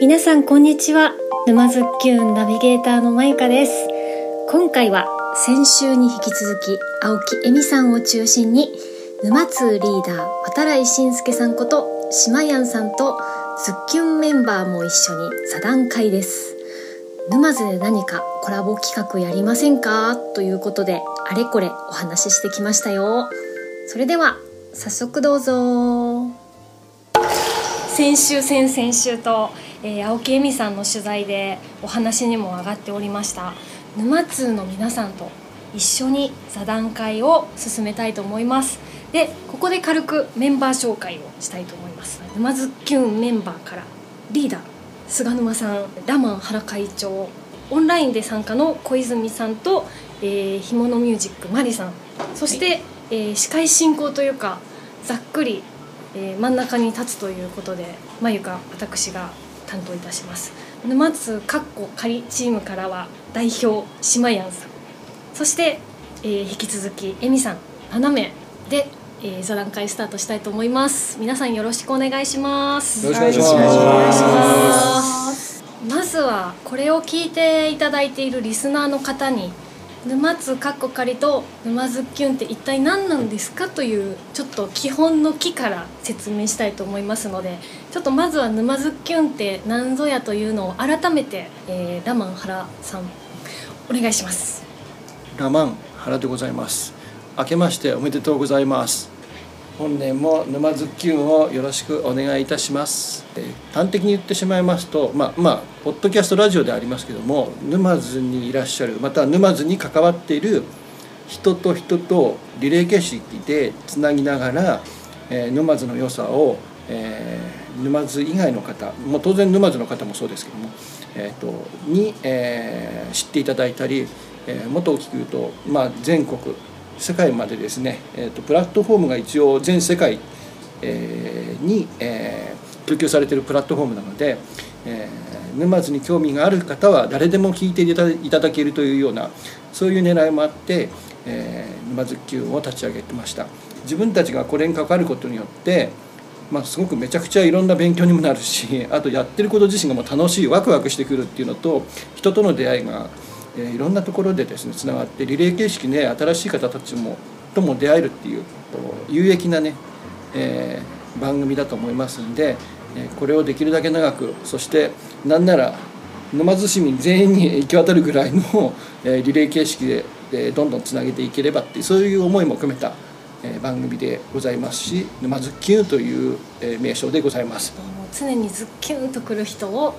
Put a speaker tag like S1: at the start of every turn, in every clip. S1: 皆さんこんにちは沼津キュンナビゲーターのまゆかです今回は先週に引き続き青木恵美さんを中心に沼津リーダー渡来信介さんこと島やんさんとズッキュンメンバーも一緒に座談会です沼津で何かコラボ企画やりませんかということであれこれお話ししてきましたよそれでは早速どうぞ先週先々週と、えー青木恵美さんの取材でお話にも上がっておりました沼津の皆さんと一緒に座談会を進めたいと思いますでここで軽くメンバー紹介をしたいと思います沼津キュンメンバーからリーダー菅沼さんラマン原会長オンラインで参加の小泉さんと、えー、ひものミュージックマリさんそして、えー司会進行というかざっくり、えー真ん中に立つということでまゆか私が担当いたします沼津かっこ仮チームからは代表しまやんさんそして、えー引き続きえみさん7名で、えー座談会スタートしたいと思います皆さんよろしくお願いします
S2: よろしくお願いします
S1: よろくお願いし
S2: ま
S1: ますまずはこれを聞いていただいているリスナーの方に沼津かっこかりと沼津キュンって一体何なんですかというちょっと基本の木から説明したいと思いますのでちょっとまずは沼津キュンって何ぞやというのを改めて、えーラマン原さんお願いします
S2: ラマン原でございます明けましておめでとうございます本年も沼津キュンをよろしくお願いいたします、えー端的に言ってしまいますとまあまあポッドキャストラジオでありますけども沼津にいらっしゃるまた沼津に関わっている人と人とリレー形式でつなぎながら、えー沼津の良さを、えー沼津以外の方もう当然沼津の方もそうですけども、えー、とに、えー知っていただいたり、えーもっと大きく言うと、まあ、全国世界までですね、えー、とプラットフォームが一応全世界、えーに、えー供給されているプラットフォームなので、えー沼津に興味がある方は誰でも聞いていたいただけるというようなそういう狙いもあって、えー沼津級を立ち上げてました自分たちがこれに関わることによって、まあ、すごくめちゃくちゃいろんな勉強にもなるしあとやってること自身がもう楽しいワクワクしてくるっていうのと人との出会いが、えーいろんなところでですねつながってリレー形式で新しい方たちもとも出会えるっていうこう有益なね、えー番組だと思いますんで、えーこれをできるだけ長くそしてなんなら沼津市民全員に行 き渡るぐらいの、えーリレー形式で、えーどんどんつなげていければっていうそういう思いも込めた、えー番組でございますし沼津級という、えー名称でございます。
S1: もう常にズッキュンとくる人を、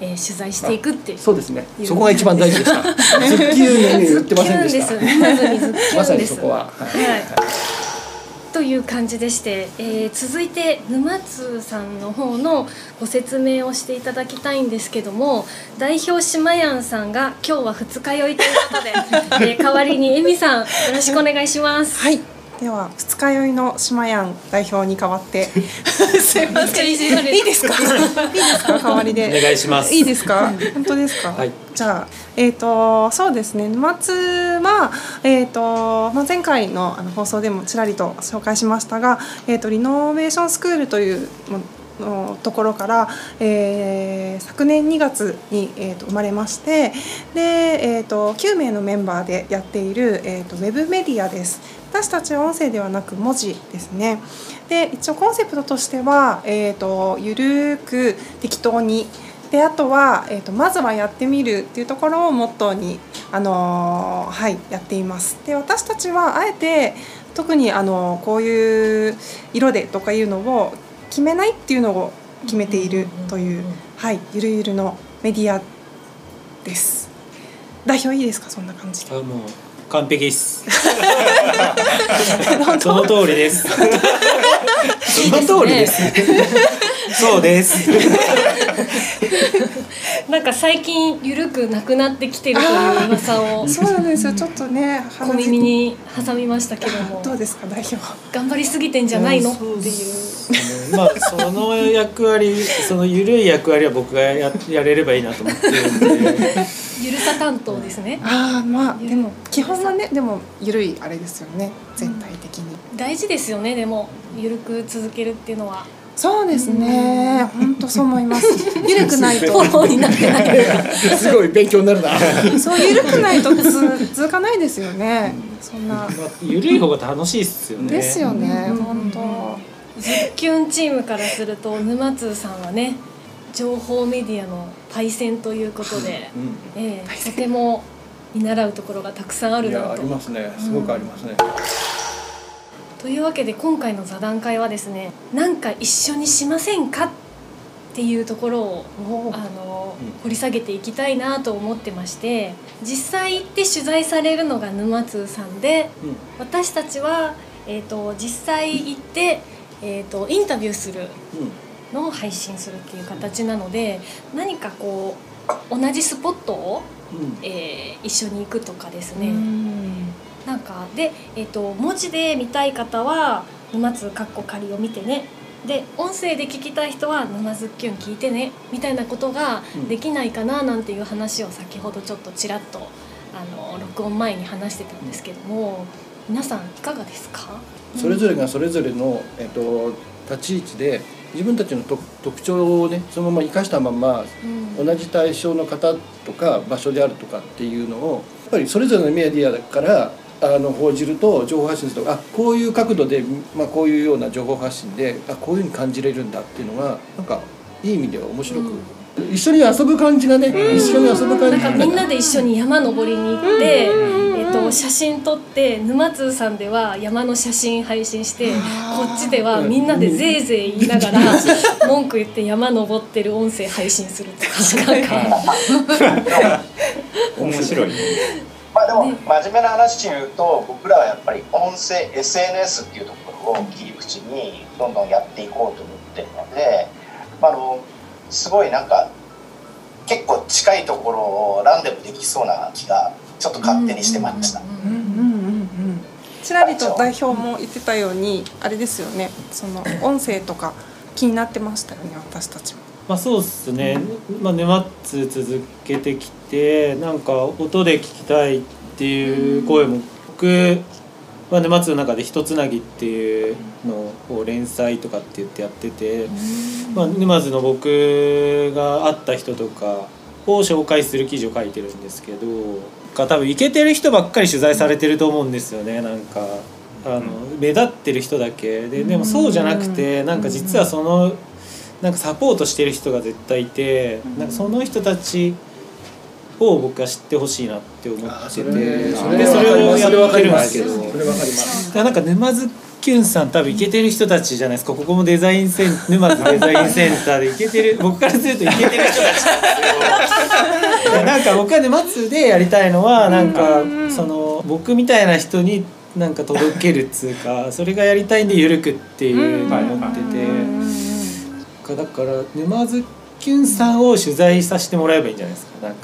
S1: えー取材していくっていう
S2: そうですね。そこが一番大事で した。ズッキューンに言ってませんでした。
S1: ズッキュンです沼津にズッキュンです
S2: まさにそこは。
S1: はいという感じでして、えー続いて沼津さんの方のご説明をしていただきたいんですけども代表しまやんさんが今日は二日酔いということ で、えー代わりにえみさんよろしくお願いし ます。
S3: はい。では二日酔いの島やん代表に代わってすいませんいいですかいいですか代わりで
S4: お願いします
S3: いいですか本当ですか、
S4: はい
S3: じゃあえっ、とそうですね沼津はえっ、とまあ前回のあの放送でもちらりと紹介しましたがえっ、とリノベーションスクールというものところから、えー昨年2月に、えー、と生まれましてで、えー、と9名のメンバーでやっている、えー、とウェブメディアです私たちは音声ではなく文字ですねで一応コンセプトとしては、えー、とゆるーく適当にであとは、えー、とまずはやってみるっていうところをモットーに、あのーはい、やっています。で私たちはあえて特に、あのーこういう色でとかいうのを決めないっていうのを決めているという、はい、ゆるゆるのメディアです。代表いいですかそんな感じで。
S4: あもう完璧っすその通りですその通りですそうです
S1: なんか最近ゆるくなくなってきてるという噂を
S3: そうなんです よちょっとね
S1: 小耳に挟みましたけども
S3: どうですか代表。
S1: 頑張りすぎてんじゃないのっていう
S4: まあその役割そのゆるい役割は僕がややれればいいなと思ってるんで
S1: ゆるさ担当ですね
S3: ああまあでも基本はねでも緩いあれですよね全体的に。
S1: 大事ですよねでもゆるく続けるっていうのは
S3: そうですね。本当そう思い ます。ゆるくない
S1: フォロ
S3: と、
S1: ーになってない
S2: すごい勉強に なるな
S3: そうゆるくないとつ続かないですよね。そんな
S4: まあ、ゆるい方が楽しいっすよね。
S3: ですよね。
S1: うん
S3: 本当。
S1: キュンチームからすると沼津さんはね情報メディアのパイセンということで、
S2: う
S1: ええとても見習うところがたくさんあ
S2: ん
S1: る
S2: いや
S1: な
S2: あ
S1: と
S2: り。ますねすごくありますね、
S1: というわけで今回の座談会はですねなんか一緒にしませんかっていうところを
S3: お
S1: あの
S2: うん
S1: 掘り下げていきたいなと思ってまして実際行って取材されるのが沼津さんで
S2: うん
S1: 私たちは、えー、と実際行って、えー、とインタビューする
S2: うん
S1: のを配信するっていう形なので何かこう同じスポットを、
S2: うん
S1: えー一緒に行くとかです
S3: う
S1: ね、
S3: ん
S1: なんかで、えっと文字で見たい方は「沼津かっこ仮」を見てねで音声で聞きたい人は「沼津キュン聞いてね」みたいなことが
S2: うん
S1: できないかななんていう話を先ほどちょっとちらっとあの録音前に話してたんですけども皆さんいかがですか
S2: それぞれがそれぞれの、えっと、立ち位置で自分たちのと特徴をねそのまま生かしたまま
S1: うん
S2: 同じ対象の方とか場所であるとかっていうのをやっぱりそれぞれのメディアからあの報じると情報発信するとあこういう角度で、まあ、こういうような情報発信であこういうふうに感じれるんだっていうのがなんかいい意味では面白く、一緒に遊ぶ感じがね、一緒に遊ぶ
S1: な
S2: 感
S1: ん
S2: じ
S1: か
S2: が
S1: みんなで一緒に山登りに行って、えっと写真撮って沼津さんでは山の写真配信してこっちではみんなでぜいぜい言いな がら文句言って山登ってる音声配信するとかなん か
S5: 面白い。
S6: まあでも真面目な話で言うと僕らはやっぱり音声 SNS っていうところを切り口にどんどんやっていこうと思ってるので、まあ、あのすごいなんか結構近いところをランダムできそうな気がちょっと勝手にしてました。
S3: うんうんうんうん。ちらりと代表も言ってたように、あれですよね。その音声とか気になってましたよね。私たちも。
S4: まあそうですね、まあ、沼津続けてきてなんか音で聞きたいっていう声も僕は沼津の中で「ひとつなぎ」っていうのを連載とかって言ってやってて、まあ、沼津の僕が会った人とかを紹介する記事を書いてるんですけどが多分イケてる人ばっかり取材されてると思うんですよねなんか。あの目立ってる人だけででもそうじゃなくてなんか実はそのなんかサポートしてる人が絶対いて、なんかその人たちを僕は知ってほしいなって思
S2: あ
S4: っ
S2: そ
S4: て
S2: れ
S4: て
S2: そ
S4: で
S2: れ
S4: それを
S2: それ
S4: や
S2: わ
S4: っ
S2: かり
S4: てるん
S2: ま
S4: ですすけど
S2: それわかります
S4: だからなんか沼津きゅんさん多分イケてる人たちじゃないですかここもデザイン セン沼津デザインセンターでイケてる僕からするとイケてる人たちなんです よなんか僕は沼津でやりたいのはなんかその僕みたいな人になんか届けるっつう かそれがやりたいんでゆるくっていうのを思ってて。かだから沼津きゅんさんを取材させてもらえばいいんじゃないですかなん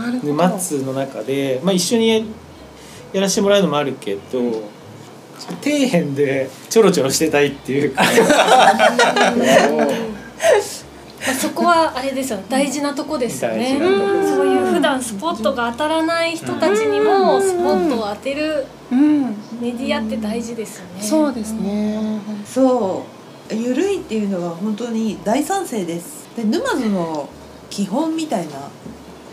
S4: か
S3: なるほど。
S4: 沼津の中で、まあ、一緒にやらせてもらうのもあるけど、ちょっと底辺でちょろちょろしてたいっていうか
S1: まあそこはあれですよね大事なとこですよね
S4: 大事なとこ
S1: そういう普段スポットが当たらない人たちにもスポットを当てる
S3: うん。
S1: メディアって大事ですよね。
S3: そうですね。
S7: そうゆるいっていうのは本当に大賛成ですで沼津の基本みたいな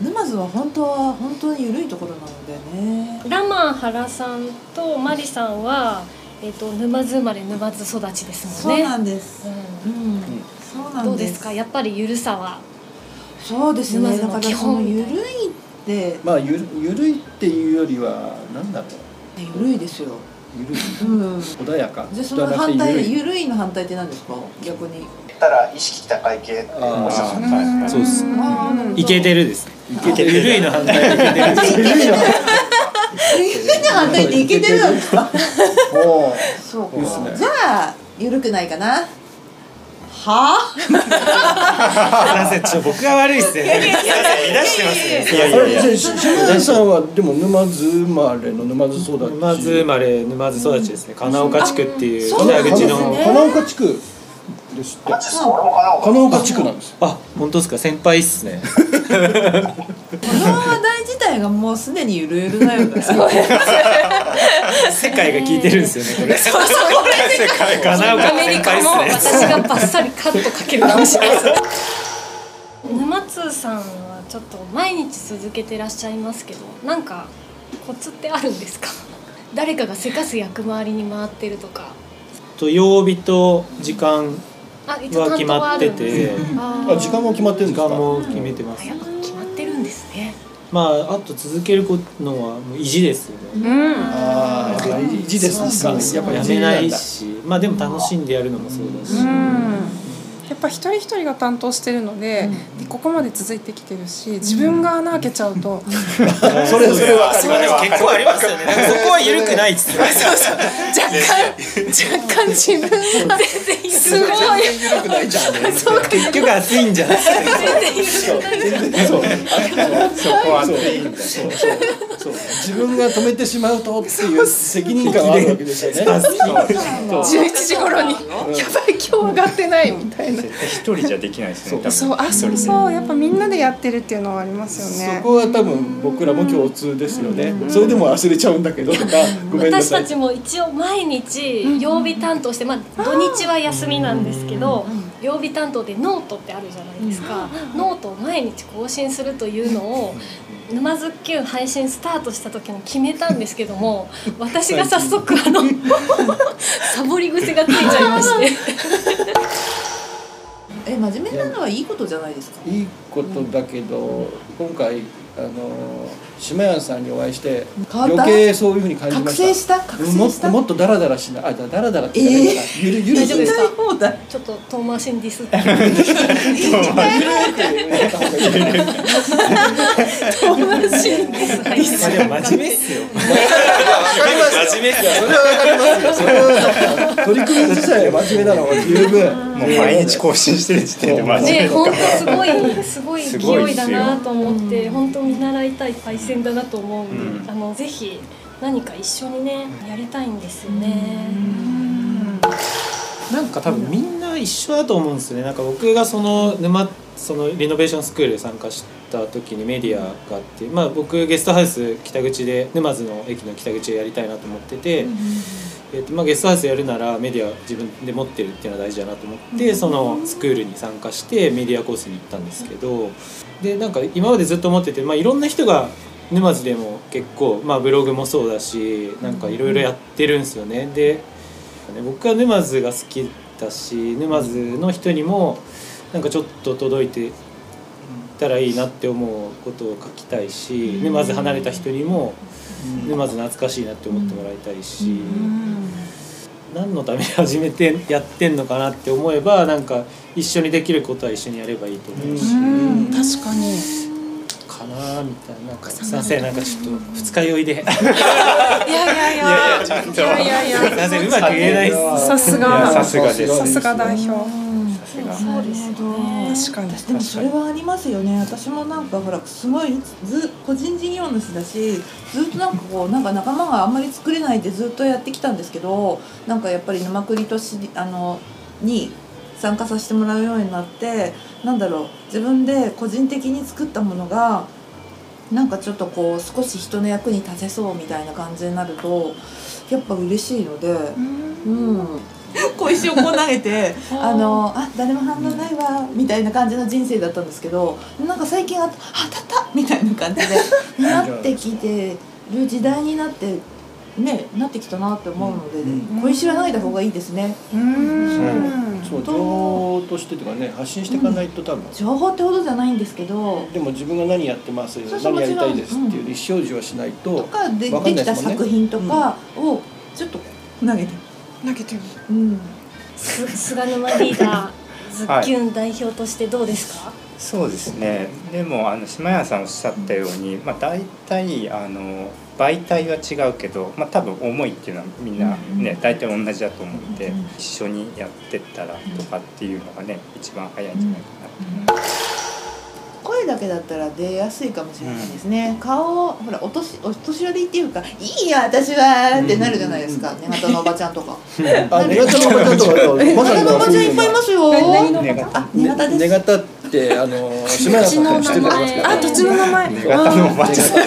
S7: 沼津は本当は本当にゆるいところなのでね
S1: ラマン原さんとマリさんは、えっと沼津生まれ沼津育ちですも
S7: そ
S1: ん
S7: う
S1: ね。
S7: なんです
S1: うん
S7: うん、そうなんです
S1: どうですかやっぱりゆるさは
S7: そうですねだ
S1: 沼
S7: か
S1: 津の
S7: ら
S1: 基
S7: その
S1: 本み
S7: ゆ
S1: たい
S7: る
S1: ない
S7: って
S2: まあゆるゆるいっていうよりはなんだろう
S7: ゆるいですよ
S2: ゆるい
S7: うん
S2: 穏やか
S7: じゃあそ
S2: で
S7: の
S2: はなく
S7: 反
S2: てゆる
S7: 対
S2: い
S7: ゆるいの反対って何ですか逆に
S6: 言ったら意識高い系っておっしゃってたじゃないです
S4: そうです
S7: ああなるほ ど
S4: イケてるです
S2: イ
S4: ゆ
S2: ケてる
S4: るいの反対でイケてる
S7: ゆるいの反対っていけてるなんですか
S2: おー
S7: そう
S2: いいっすね
S7: じゃあゆるくないかなはあ
S4: なんせちょっと僕が 悪いっすよねいらしてますねいやいやいや
S2: あれじゃあし島田さんはでも沼津生まれの沼津育ち
S4: 沼津生まれ沼津育ちですね金岡地区っていう
S7: あそう
S4: 北
S7: なんです
S4: 口
S7: ね
S4: の
S2: 花岡地区ですって
S6: か。マジっすか俺もかな
S2: 花岡地区なんです
S4: あ本当ですか先輩っすね
S7: の話題自体がもうすでにゆるゆるだよねそう
S4: 世界が聞いてるんですよねこれ
S1: そうそう
S5: 世界が
S4: 叶う
S1: ア
S4: か
S1: メリカも
S4: 先輩っす
S1: 私がバッサリカットかけるかもしれない沼津さんはちょっと毎日続けてらっしゃいますけどなんかコツってあるんですか誰かがせかす役回りに回ってるとか
S4: と曜日と時間
S1: あ一応担当はあるんです
S4: は決まって
S1: ね
S4: て
S1: あー
S2: あ時間も決まってるん
S4: 時
S2: ですか
S4: 間も決めてます
S1: 早く決まってるんですね
S4: まああと続けるのはもう意地ですよね
S1: うん
S2: ああ意地です
S1: そう
S2: か
S1: そう
S2: やっぱ
S4: や
S2: 意地
S4: め
S2: な
S4: なんい
S2: だ
S4: しまあでも楽しんでやるのもそうだし、
S3: やっぱ一人一人が担当してるので,、でここまで続いてきてるし自分が穴開けちゃうと、
S2: それそれは
S4: それは結構ありますよねなんかそこは緩くないっ すよね
S3: 若干若干自分がすごい
S2: 全然緩くないじゃんね
S4: 結局熱いんじゃない
S2: そう
S5: そこはあっていいんだ
S2: そうそうそう自分が止めてしまうとっていう責任感があるわけですよね
S3: 11時頃に「やばい今日上がってない」みたいな
S5: 絶対一人じゃできないですね多分
S3: そうあそうそうやっぱみんなでやってるっていうのはありますよね
S2: そこは多分僕らも共通ですよねそれでも忘れちゃうんだけどとかごめんな
S1: 私
S2: さい
S1: たちも一応毎日曜日担当して、まあ、土日は休みなんですけど曜日担当でノートってあるじゃないですか、ノートを毎日更新するというのを「沼津きゅん」配信スタートした時に決めたんですけど も私が早速あ のサボり癖がついちゃいまして
S7: え真面目なのはいいことじゃないですか
S2: いいことだけど今回あの島屋さんにお会いして
S7: 変わった
S2: 余計そういうふうに感じま
S7: 覚
S2: した
S7: 醒した覚
S2: も
S7: 醒
S2: っ
S7: し
S2: と
S7: た
S2: もっとダラダラしないあだダラダラって言ったらいいのかゆるゆる
S1: 大丈夫ですか
S7: もうだ
S1: ちょっと遠回しにディス って遠回しにディス入って
S4: まあでも真面目っすよ真面目っすよ
S2: それはわかりますよそれは取り組み自体真面目なのは十分
S5: もう毎日更新してる時点でマジ
S1: ね、
S5: で
S1: 本当すごいすごい勢いだなと思って、本当見習いたいパイセンだなと思うんで、
S5: うん
S1: あのぜひ何か一緒にねやりたいんですよね。
S4: なんか多分みんな一緒だと思うんですよねなんか僕がその沼そのリノベーションスクール参加した時にメディアがあって、まあ、僕ゲストハウス北口で沼津の駅の北口でやりたいなと思ってて、えっとまあ、ゲストハウスやるならメディア自分で持ってるっていうのは大事だなと思ってそのスクールに参加してメディアコースに行ったんですけどでなんか今までずっと思ってて、まあ、いろんな人が沼津でも結構、まあ、ブログもそうだしなんかいろいろやってるんですよね。で僕は沼津が好きだし沼津の人にもなんかちょっと届いてたらいいなって思うことを書きたいし沼津離れた人にも沼津懐かしいなって思ってもらいたいし何のために始めてやってんのかなって思えばなんか一緒にできることは一緒にやればいいと思うし
S3: うん確かに
S4: かなみたいななんかすいませんなんかちょっと二日酔いで
S3: いやいやいや
S5: いやいやちゃんと
S3: いやいやい や
S4: なぜうまく言えないっす
S3: さす
S5: いやさ
S3: が
S5: すがです
S3: さすが代表
S1: そうですよね。
S3: 確かに
S7: でもそれはありますよね私もなんかほらすごいず個人事業主だしずっとなんかこうなんか仲間があんまり作れないでずっとやってきたんですけどなんかやっぱり沼くりとしあのに参加させてもらうようになってなんだろう自分で個人的に作ったものがなんかちょっとこう少し人の役に立てそうみたいな感じになるとやっぱ嬉しいので。うん小石をこう投げてあのあ誰も反応ないわみたいな感じの人生だったんですけどなんか最近ああ当たったみたいな感じ でなってきてる時代になってねなってきたなって思うので、
S2: う
S7: 小石は投げた方がいいですね
S3: うん
S2: そう情報としてとかね発信していかないと多分、
S7: 情報ってほどじゃないんですけど
S2: でも自分が何やってます
S7: そうそう
S2: 何やりたいですっていう
S7: もちろん
S2: 意思表示はしない
S7: と
S2: と
S7: かで
S2: わか
S7: で
S2: んな
S7: き
S2: いで
S7: た
S2: すもんね
S7: 作品とかをちょっと投げて、
S3: 投げてる
S7: うん、
S1: す菅沼リーダー、ズッキュン代表としてどうですか？
S5: そうですねでもあの島屋さんおっしゃったように、まあ、大体あの媒体は違うけど、まあ、多分思いっていうのはみんなね大体同じだと思うんで一緒にやってったらとかっていうのがね一番早いんじゃないかな
S7: 声だけだったら出やすいかもしれないですね、顔をほらお年お年寄りっていうか「いいや私は」ってなるじゃないですか、寝方のおばちゃんとか
S2: あ、ネガタの方とかま
S7: まだ
S2: さに
S7: のおばちゃんいっぱいいますよ。
S5: ネガ
S7: あ、新潟です。
S2: ネガタってあの島屋さんからしてもらいますから
S3: あ土地の名前
S5: 新潟のおばちゃんですご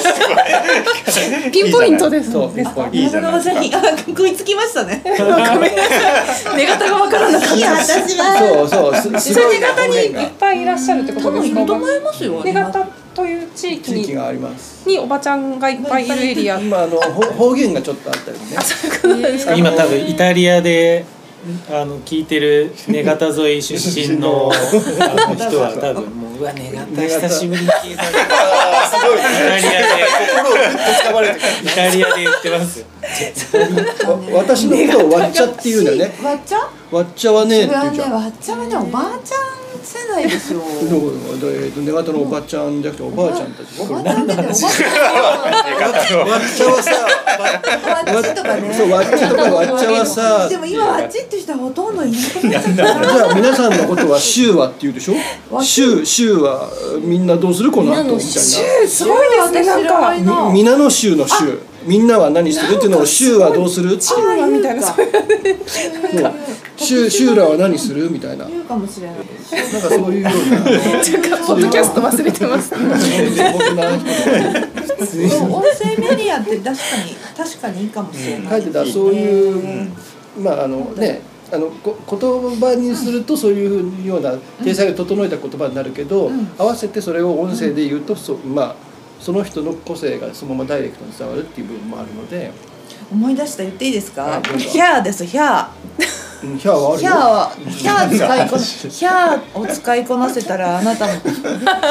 S5: い
S3: ピンポイントです
S2: そうピンポイント
S5: いいじゃないですか
S7: 長野の場所にあ食いつきましたね。
S3: 寝方がわからなかった
S7: いや私は
S2: そうそうすす
S3: そ
S2: ご
S3: れ
S2: い
S3: 新潟に
S2: 方言
S3: いっ
S2: が
S3: ぱいいらっしゃるってこ
S7: 多
S3: とで
S7: 分い
S3: す
S7: る
S3: か
S7: と思いますよ。
S3: 新潟という地域
S2: 地
S3: に
S2: 域があります
S3: におばちゃんがいっぱいいるエリア
S2: 今あのほ方言がちょっとあったりね
S4: 今多分イタリアであの聞いてる根方沿い出身のあの人は多分もううわ根方久しぶりに聞いたイ
S5: すごい
S4: タリアで
S5: 心をぐっとつかまれて
S4: イタリアで言ってますよ
S2: わ私のことをわっちゃって言うんだよね
S7: わっちゃ？
S2: わっちゃはねえっ
S7: そ
S2: て
S7: れ
S2: 言うじゃん
S7: はねわっちゃはねおばあちゃん世代ですよ。
S2: どこどこえっと根方のおばちゃんじゃなくておばあちゃんたち
S7: お
S2: わ
S7: ばあちゃんってねおばあちゃ
S5: 新
S2: っちゃはさ
S5: 潟の
S7: んわっちとかね。
S2: そうわっちゃとかわっちゃはさ
S7: でも今わっちって人はほとんどいなくなっちゃったから。
S2: じゃあ皆さんのことは「週は」って言うでしょ「
S7: わ
S2: 週」「週」はみんなどうするこの後みたい
S3: えすごいですねなんか
S7: 知ら
S2: な「
S7: な
S2: み皆の週の週」「みんなは何してる?」っていうのを「週はどうする?」っていう
S7: い
S3: みたいな
S7: 言う
S2: そう
S7: か
S2: 「週」「週らは何する?」みたいななん
S7: 言うかもしれない。
S2: かそういうよう
S3: ポッドキャスト忘れ てます
S2: な素朴な人が
S7: 音声メディアって確かに確かにいいかもしれな
S2: 書
S7: い。
S2: いてたそういうまああのねあのこ言葉にするとそういうような体裁を整えた言葉になるけど、
S7: ん
S2: 合わせてそれを音声で言うと、そうまあその人の個性がそのままダイレクトに伝わるっていう部分もあるので
S7: 思い出した言っていいですか
S2: あどう？ぞ
S7: ヒャーですヒャー。
S2: 「うん、ヒャーはある
S7: ヒャー
S2: よ」
S7: はヒャー使いこヒャーを使いこなせたらあなたも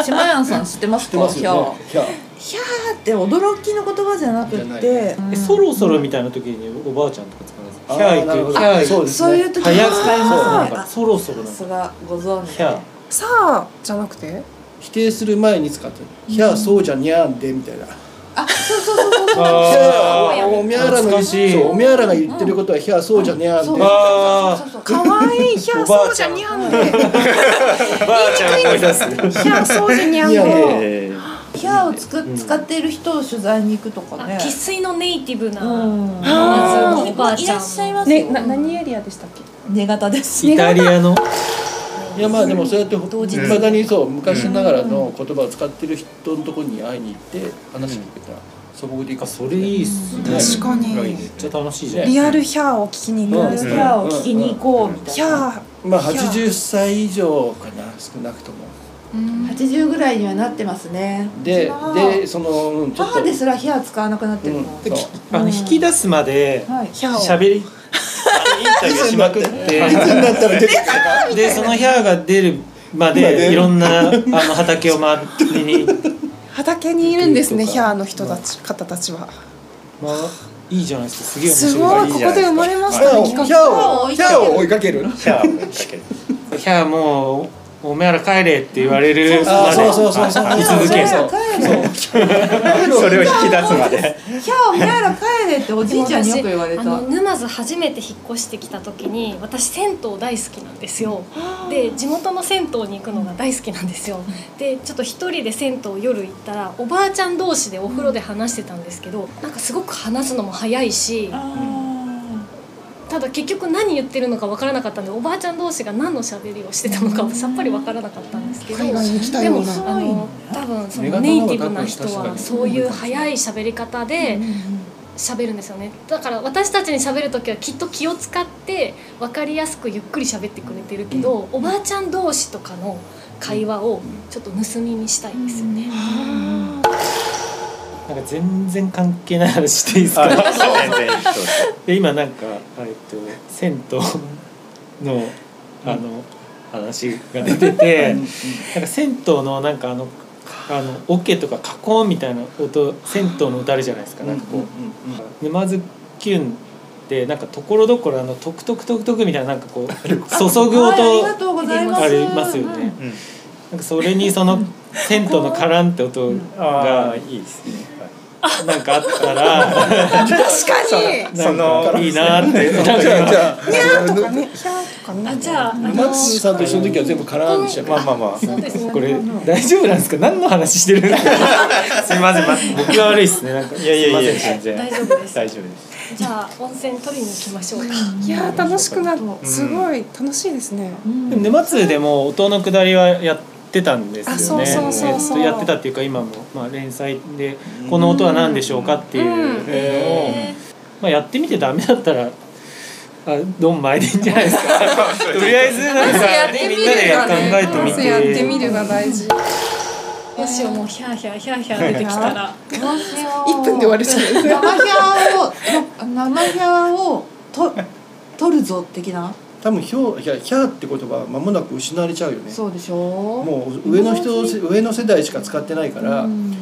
S7: 島やんさん知ってます
S2: 知って
S7: か？
S2: ます
S7: ヒャ
S2: よ
S7: ー
S2: ね。ヒャー
S7: ヒャーって驚きの言葉じゃなく
S2: じゃな
S7: っ
S2: い
S7: て
S2: ね、
S7: うん
S4: えそろそろみたいな時におばあちゃんとか使
S2: あ
S4: わない
S2: ー
S4: です
S2: な
S4: かキ
S2: る
S4: ャ
S2: ほどそう
S4: ー行くキャー行く
S2: ですね
S7: そういう時に
S4: 早く
S7: 使い
S4: そうなん
S7: ますね
S4: か
S7: あ。
S4: そろそろ
S7: さ
S4: なん
S7: す
S4: か
S7: がご存知
S4: キャー
S3: さあじゃなくて
S2: 否定する前に使って「ヒャーそうじゃにゃーんで」みたいな「
S7: あそうそうそうそうそう
S2: ヒ
S4: あ
S2: ャーおみゃらの
S4: 懐かしい
S2: そうおみゃらが言ってることは「ヒャーそうじゃにゃーんで」
S4: あー
S7: そうそうそう
S3: 可愛いヒャーソージャニャンで
S4: おばあちゃん思い出す
S3: ヒャーソージャニャン
S2: いやいやい
S3: で
S2: や
S5: えー
S7: ヒャーをつく使っている人を取材に行くとかね
S1: 生。粋のネイティブな
S7: うん
S1: まずおばあ
S7: い
S1: ちゃ
S7: ら
S1: ん
S7: っしゃい
S1: の
S7: ます
S3: ね
S7: よ。
S3: な何エリアでしたっけ
S7: 新潟です。
S4: イタリアの
S2: いやまあでもそうやって
S1: 同時
S2: いまだにそう昔ながらの言葉を使ってる人のところに会いに行って話聞けたら素朴でいいかも
S4: それいいっすね
S3: 確か
S5: はい
S3: に
S4: めっちゃ楽しいじゃん
S3: リアルヒャーを聞きに行くんです
S7: ヒ
S3: ね
S5: うん
S7: ャーを聞きに行こうみたい
S3: ヒ
S7: な。
S3: ャー
S2: まあ80歳以上かな少なくとも
S7: 八十ぐらいにはなってますね。
S2: で
S7: うちの
S2: でそのうんちょっと
S7: 母ですらヒャー使わなくなってるの。
S2: うんそう
S4: あの引き出すまで
S7: はい。
S3: ヒャーを
S4: 喋りあのインタビューしま くって
S5: ったら出て
S4: でその部屋が出るま
S5: まで
S4: でいろんなあの畑を回りに、
S3: 畑にいるんですね
S2: 行く
S3: ヒ
S2: とか
S3: ャーの人たち方たちは
S4: まあ、いいじゃないですかすげえ面
S3: す
S4: 白
S3: ごい
S4: い
S3: ここで生まれまし
S2: ヒャー
S3: た
S2: を
S3: ね
S2: ヒ
S3: 企
S2: ャ
S3: 画
S2: ーをヒャーを追いかける
S5: シ ャーだけど
S4: いやもうおめえら帰れって言われる
S2: あ
S4: ま
S2: あ
S4: で
S2: そうそうそうそう
S4: 居続け
S2: そう
S7: 帰れ。
S5: それを引き出すまで
S7: ヒャーお前ら帰れっておじいちゃんによく言われ
S1: あ
S7: た。
S1: の沼津初めて引っ越してきた時に私銭湯大好きなんですよで地元の銭湯に行くのが大好きなんですよでちょっと一人で銭湯夜行ったらおばあちゃん同士でお風呂で話してたんですけどなんかすごく話すのも早いし
S7: あ
S1: ただ結局何言ってるのか分からなかったんでおばあちゃん同士が何の喋りをしてたのかさっぱり分からなかったんですけど
S3: 海外に来た
S1: で
S3: よ
S1: も
S3: うな
S1: あの多分そ
S2: メガ
S1: の
S2: ネ
S1: ネ
S2: の
S1: イティ
S2: 方が
S1: ブな人
S2: 確か
S1: は
S2: に
S1: そういう早い喋り方で
S7: ーうんうん
S1: 喋るんですよねだから私たちに喋る時はきっと気を使って分かりやすくゆっくり喋ってくれてるけど、おばあちゃん同士とかの会話をちょっと盗みにしたいんですよね、
S4: なんか全然関係ない話していいです
S5: あ
S4: か
S5: 全然いい人
S4: で今なんかえっと銭湯のあの、話が出ててなんか銭湯のなんかあのあのオケとかカコーンみたいな音銭湯の歌あるじゃないですかなんかこう、沼津キュンでなんかところどころあのトクトクトクトクみたいななんかこう注ぐ
S7: はいあり
S4: 音
S7: がとうございます。
S4: ありますよね。
S5: うん
S4: なんかそれにその銭湯のカランって音
S5: ああ
S4: が
S5: いいですね
S4: なんかあったら
S3: 確かに
S5: そ
S4: なんか
S5: の
S4: いいなーってなんか
S2: じゃ
S3: ニャーとかねヒャーとかね
S1: あじゃああ
S2: あ
S1: の
S2: 松さんと一緒の時は全部カラーンでした
S5: まあまあまあ
S1: そうですね
S4: これ大丈夫なんですか何の話してるんですか すみませんま僕が悪いっすねなんか
S5: いやいやいや
S4: すません
S5: 全然
S1: 大丈夫です
S5: 大丈夫です
S1: じゃあ温泉取りに行きましょうか、
S3: いやー楽しくなる
S7: う
S3: すごい楽しいですね
S7: うん
S4: でも沼津でも音の下りはやっってたんですよね
S3: あそうそうそうそう
S4: えっとやってたっていうか今も、まあ、連載で「この音は何でしょうか?」っていうのを、まあ、やってみてダメだったら。あドンマイでいいんじゃない ですかとりあえずなんかさ
S7: やってみ
S4: み
S7: る
S4: んなで
S7: が
S4: 考
S7: ね
S4: えてみ
S3: そう
S4: て
S3: やってみるが大事。
S1: もしもうヒャーヒャーヒャーヒャー出てきたら
S7: 一分で終わるじゃないですか。生ヒャーを生ヒャーをと取るぞ的な。
S2: 多分ひょういやキャーって言葉間もなく失われちゃうよね
S7: そうでしょ
S2: もう上の人上の世代しか使ってないから、
S7: うん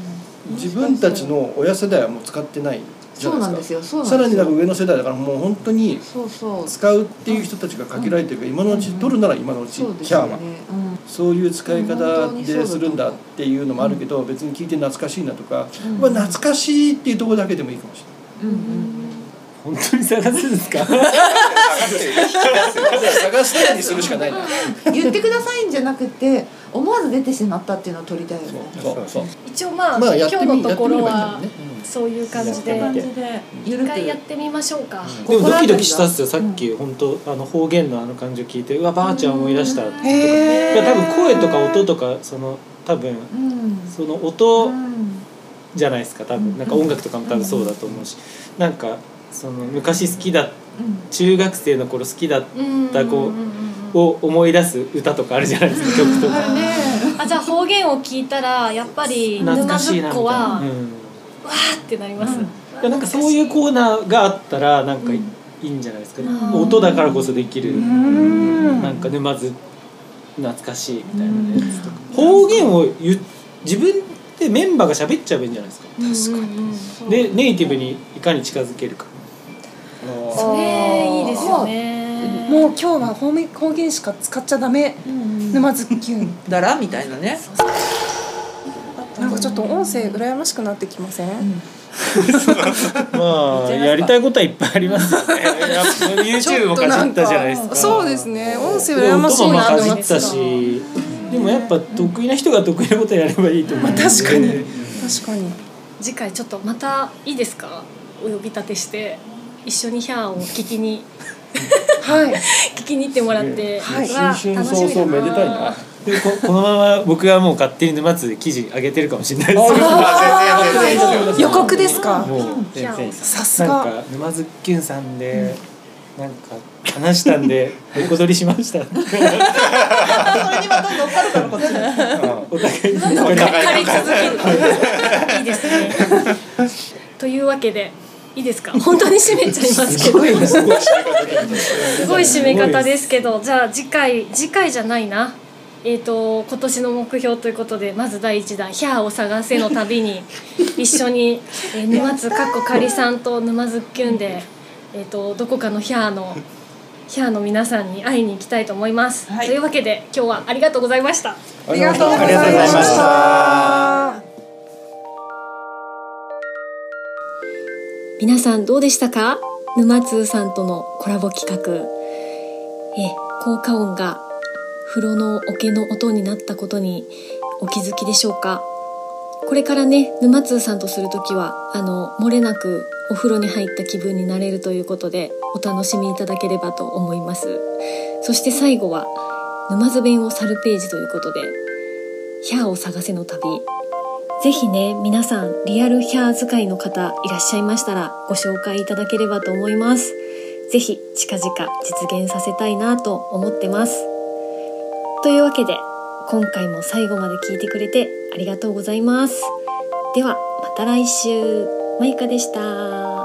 S2: 自分たちの親世代はもう使ってないじゃ
S7: そうな
S2: ないで
S7: んですすよ。そう
S2: かさ
S7: なん
S2: ら
S7: です
S2: に
S7: よ
S2: なんか上の世代だからもう本当に
S7: そうそう。
S2: 使うっていう人たちが限られてるから今のうち取るなら今のうち、
S7: そうで
S2: キ
S7: す
S2: ャー
S7: よ
S2: は
S7: ね。うん
S2: そういう使い
S7: 本
S2: 方
S7: 当にそう
S2: で
S7: だと思う
S2: するんだっていうのもあるけど別に聞いて懐かしいなとか、
S7: うん
S2: まあ懐かしいっていうところだけでもいいかもしれない。
S7: うんうん
S4: 本当に探すんですか
S2: 探すためにするしかないな。
S7: うん。言ってくださいんじゃなくて思わず出てしまったっていうのを取りたいよね。
S2: そうそう。
S1: 一応まあ、
S2: まあ
S1: 今
S2: やって
S1: 日
S2: み
S1: のところ
S2: や
S1: は
S2: ってみればいいんだもんね。
S1: そういう感じ
S5: や
S1: で
S5: ってみて
S7: 感じでゆ
S1: 一
S7: るく
S1: 回やってみましょうか、
S4: でもドキドキしたっすよさっき本当あの方言のあの感じを聞いてうわばあちゃん思い出したって
S3: へ
S4: いや多分声とか音
S3: と
S4: とかその多分
S7: うん。
S4: その音
S7: うん
S4: じゃないですか多分なんか音楽とかも多分そうだと思うしなんかその昔好きだ中学生の頃好きだっ
S1: うん
S4: た子
S1: を
S4: を思い出す歌とかあるじゃないですか曲と
S7: あ
S4: か
S7: るね。
S1: あじゃあ方言を聞いたらやっぱり
S4: 懐
S1: 沼
S4: か
S1: 津
S4: しい
S1: っ
S4: なみた
S1: 子
S4: いな
S1: は、
S4: う
S1: わ
S4: ん
S1: ーってなります、
S7: うん
S4: いやなんかそういうコーナーがあったらなんかいいんじゃないですか
S1: うん
S4: 音だからこそできる
S3: ん
S4: なんか沼津懐かしいみたいな
S7: う
S4: ね
S7: ん
S4: 方言を言う自分でメンバーが喋っちゃえばいいんじゃないですか
S1: 確かに、うんうんうん
S4: でネイティブにいかに近づけるか
S1: それいいですよね
S3: もう今日は方面方言しか使っちゃダメ。沼津キュン。
S7: だらみたいなね。
S3: なんかちょっと音声羨ましくなってきません。
S4: まあ
S7: 言っちゃいますか
S4: やりたいことはいっぱいありますよねやっぱ YouTube もかじったじゃないですか
S3: そうですね。音声
S4: で
S3: 羨まし
S4: 音
S3: い
S4: も
S3: な
S4: か
S3: と
S4: じ
S3: 思っ
S4: ってたしでもやっぱ得意な人が得意なことやればいいと思うんで
S3: 確かに確かに。
S1: 次回ちょっとまたいいですかお呼び立てして一緒にヒャーを聞きに
S3: はい。
S1: 聞きに行ってもらって、
S3: はい
S1: わ
S2: 新春
S1: 楽し
S2: 早
S1: みだ
S2: 々めでたいな。
S4: でここのまま僕がもう勝手に沼津で記事上げてるかもしれないです けど
S5: あ全然全然いいですよ
S3: 予告ですか。
S4: もう
S1: ヒャーを
S3: さす
S4: なん
S3: が。
S4: か沼津っきゅんさんで、なんか話したんで横取りしました
S7: それにまた乗っかるからこっち。
S4: お互いに
S7: なんか
S1: 借り続けるいいですねというわけでいいですか本当に締めちゃいますけどすごい締め方ですけどじゃあ次回次回じゃないなえー、と今年の目標ということでまず第1弾「ヒャーを探せ」の旅に一緒に、えー沼津かっこかりさんと沼津っきゅんで、えー、とどこかのヒャーのヒャーの皆さんに会いに行きたいと思います。
S7: はい
S1: というわけで今日はありがとうございました。
S3: ありがとうござい
S5: ありが
S3: ま
S5: とうございま
S3: し。
S5: した
S1: 皆さんどうでしたか沼津さんとのコラボ企画え効果音が風呂の桶の音になったことにお気づきでしょうかこれからね沼津さんとする時はあの漏れなくお風呂に入った気分になれるということでお楽しみいただければと思いますそして最後は沼津弁を去るページということで「ヒャーを探せの旅」ぜひね、皆さん、リアルヒャー使いの方いらっしゃいましたら、ご紹介いただければと思います。ぜひ、近々実現させたいなと思ってます。というわけで、今回も最後まで聞いてくれてありがとうございます。では、また来週。マイカでした。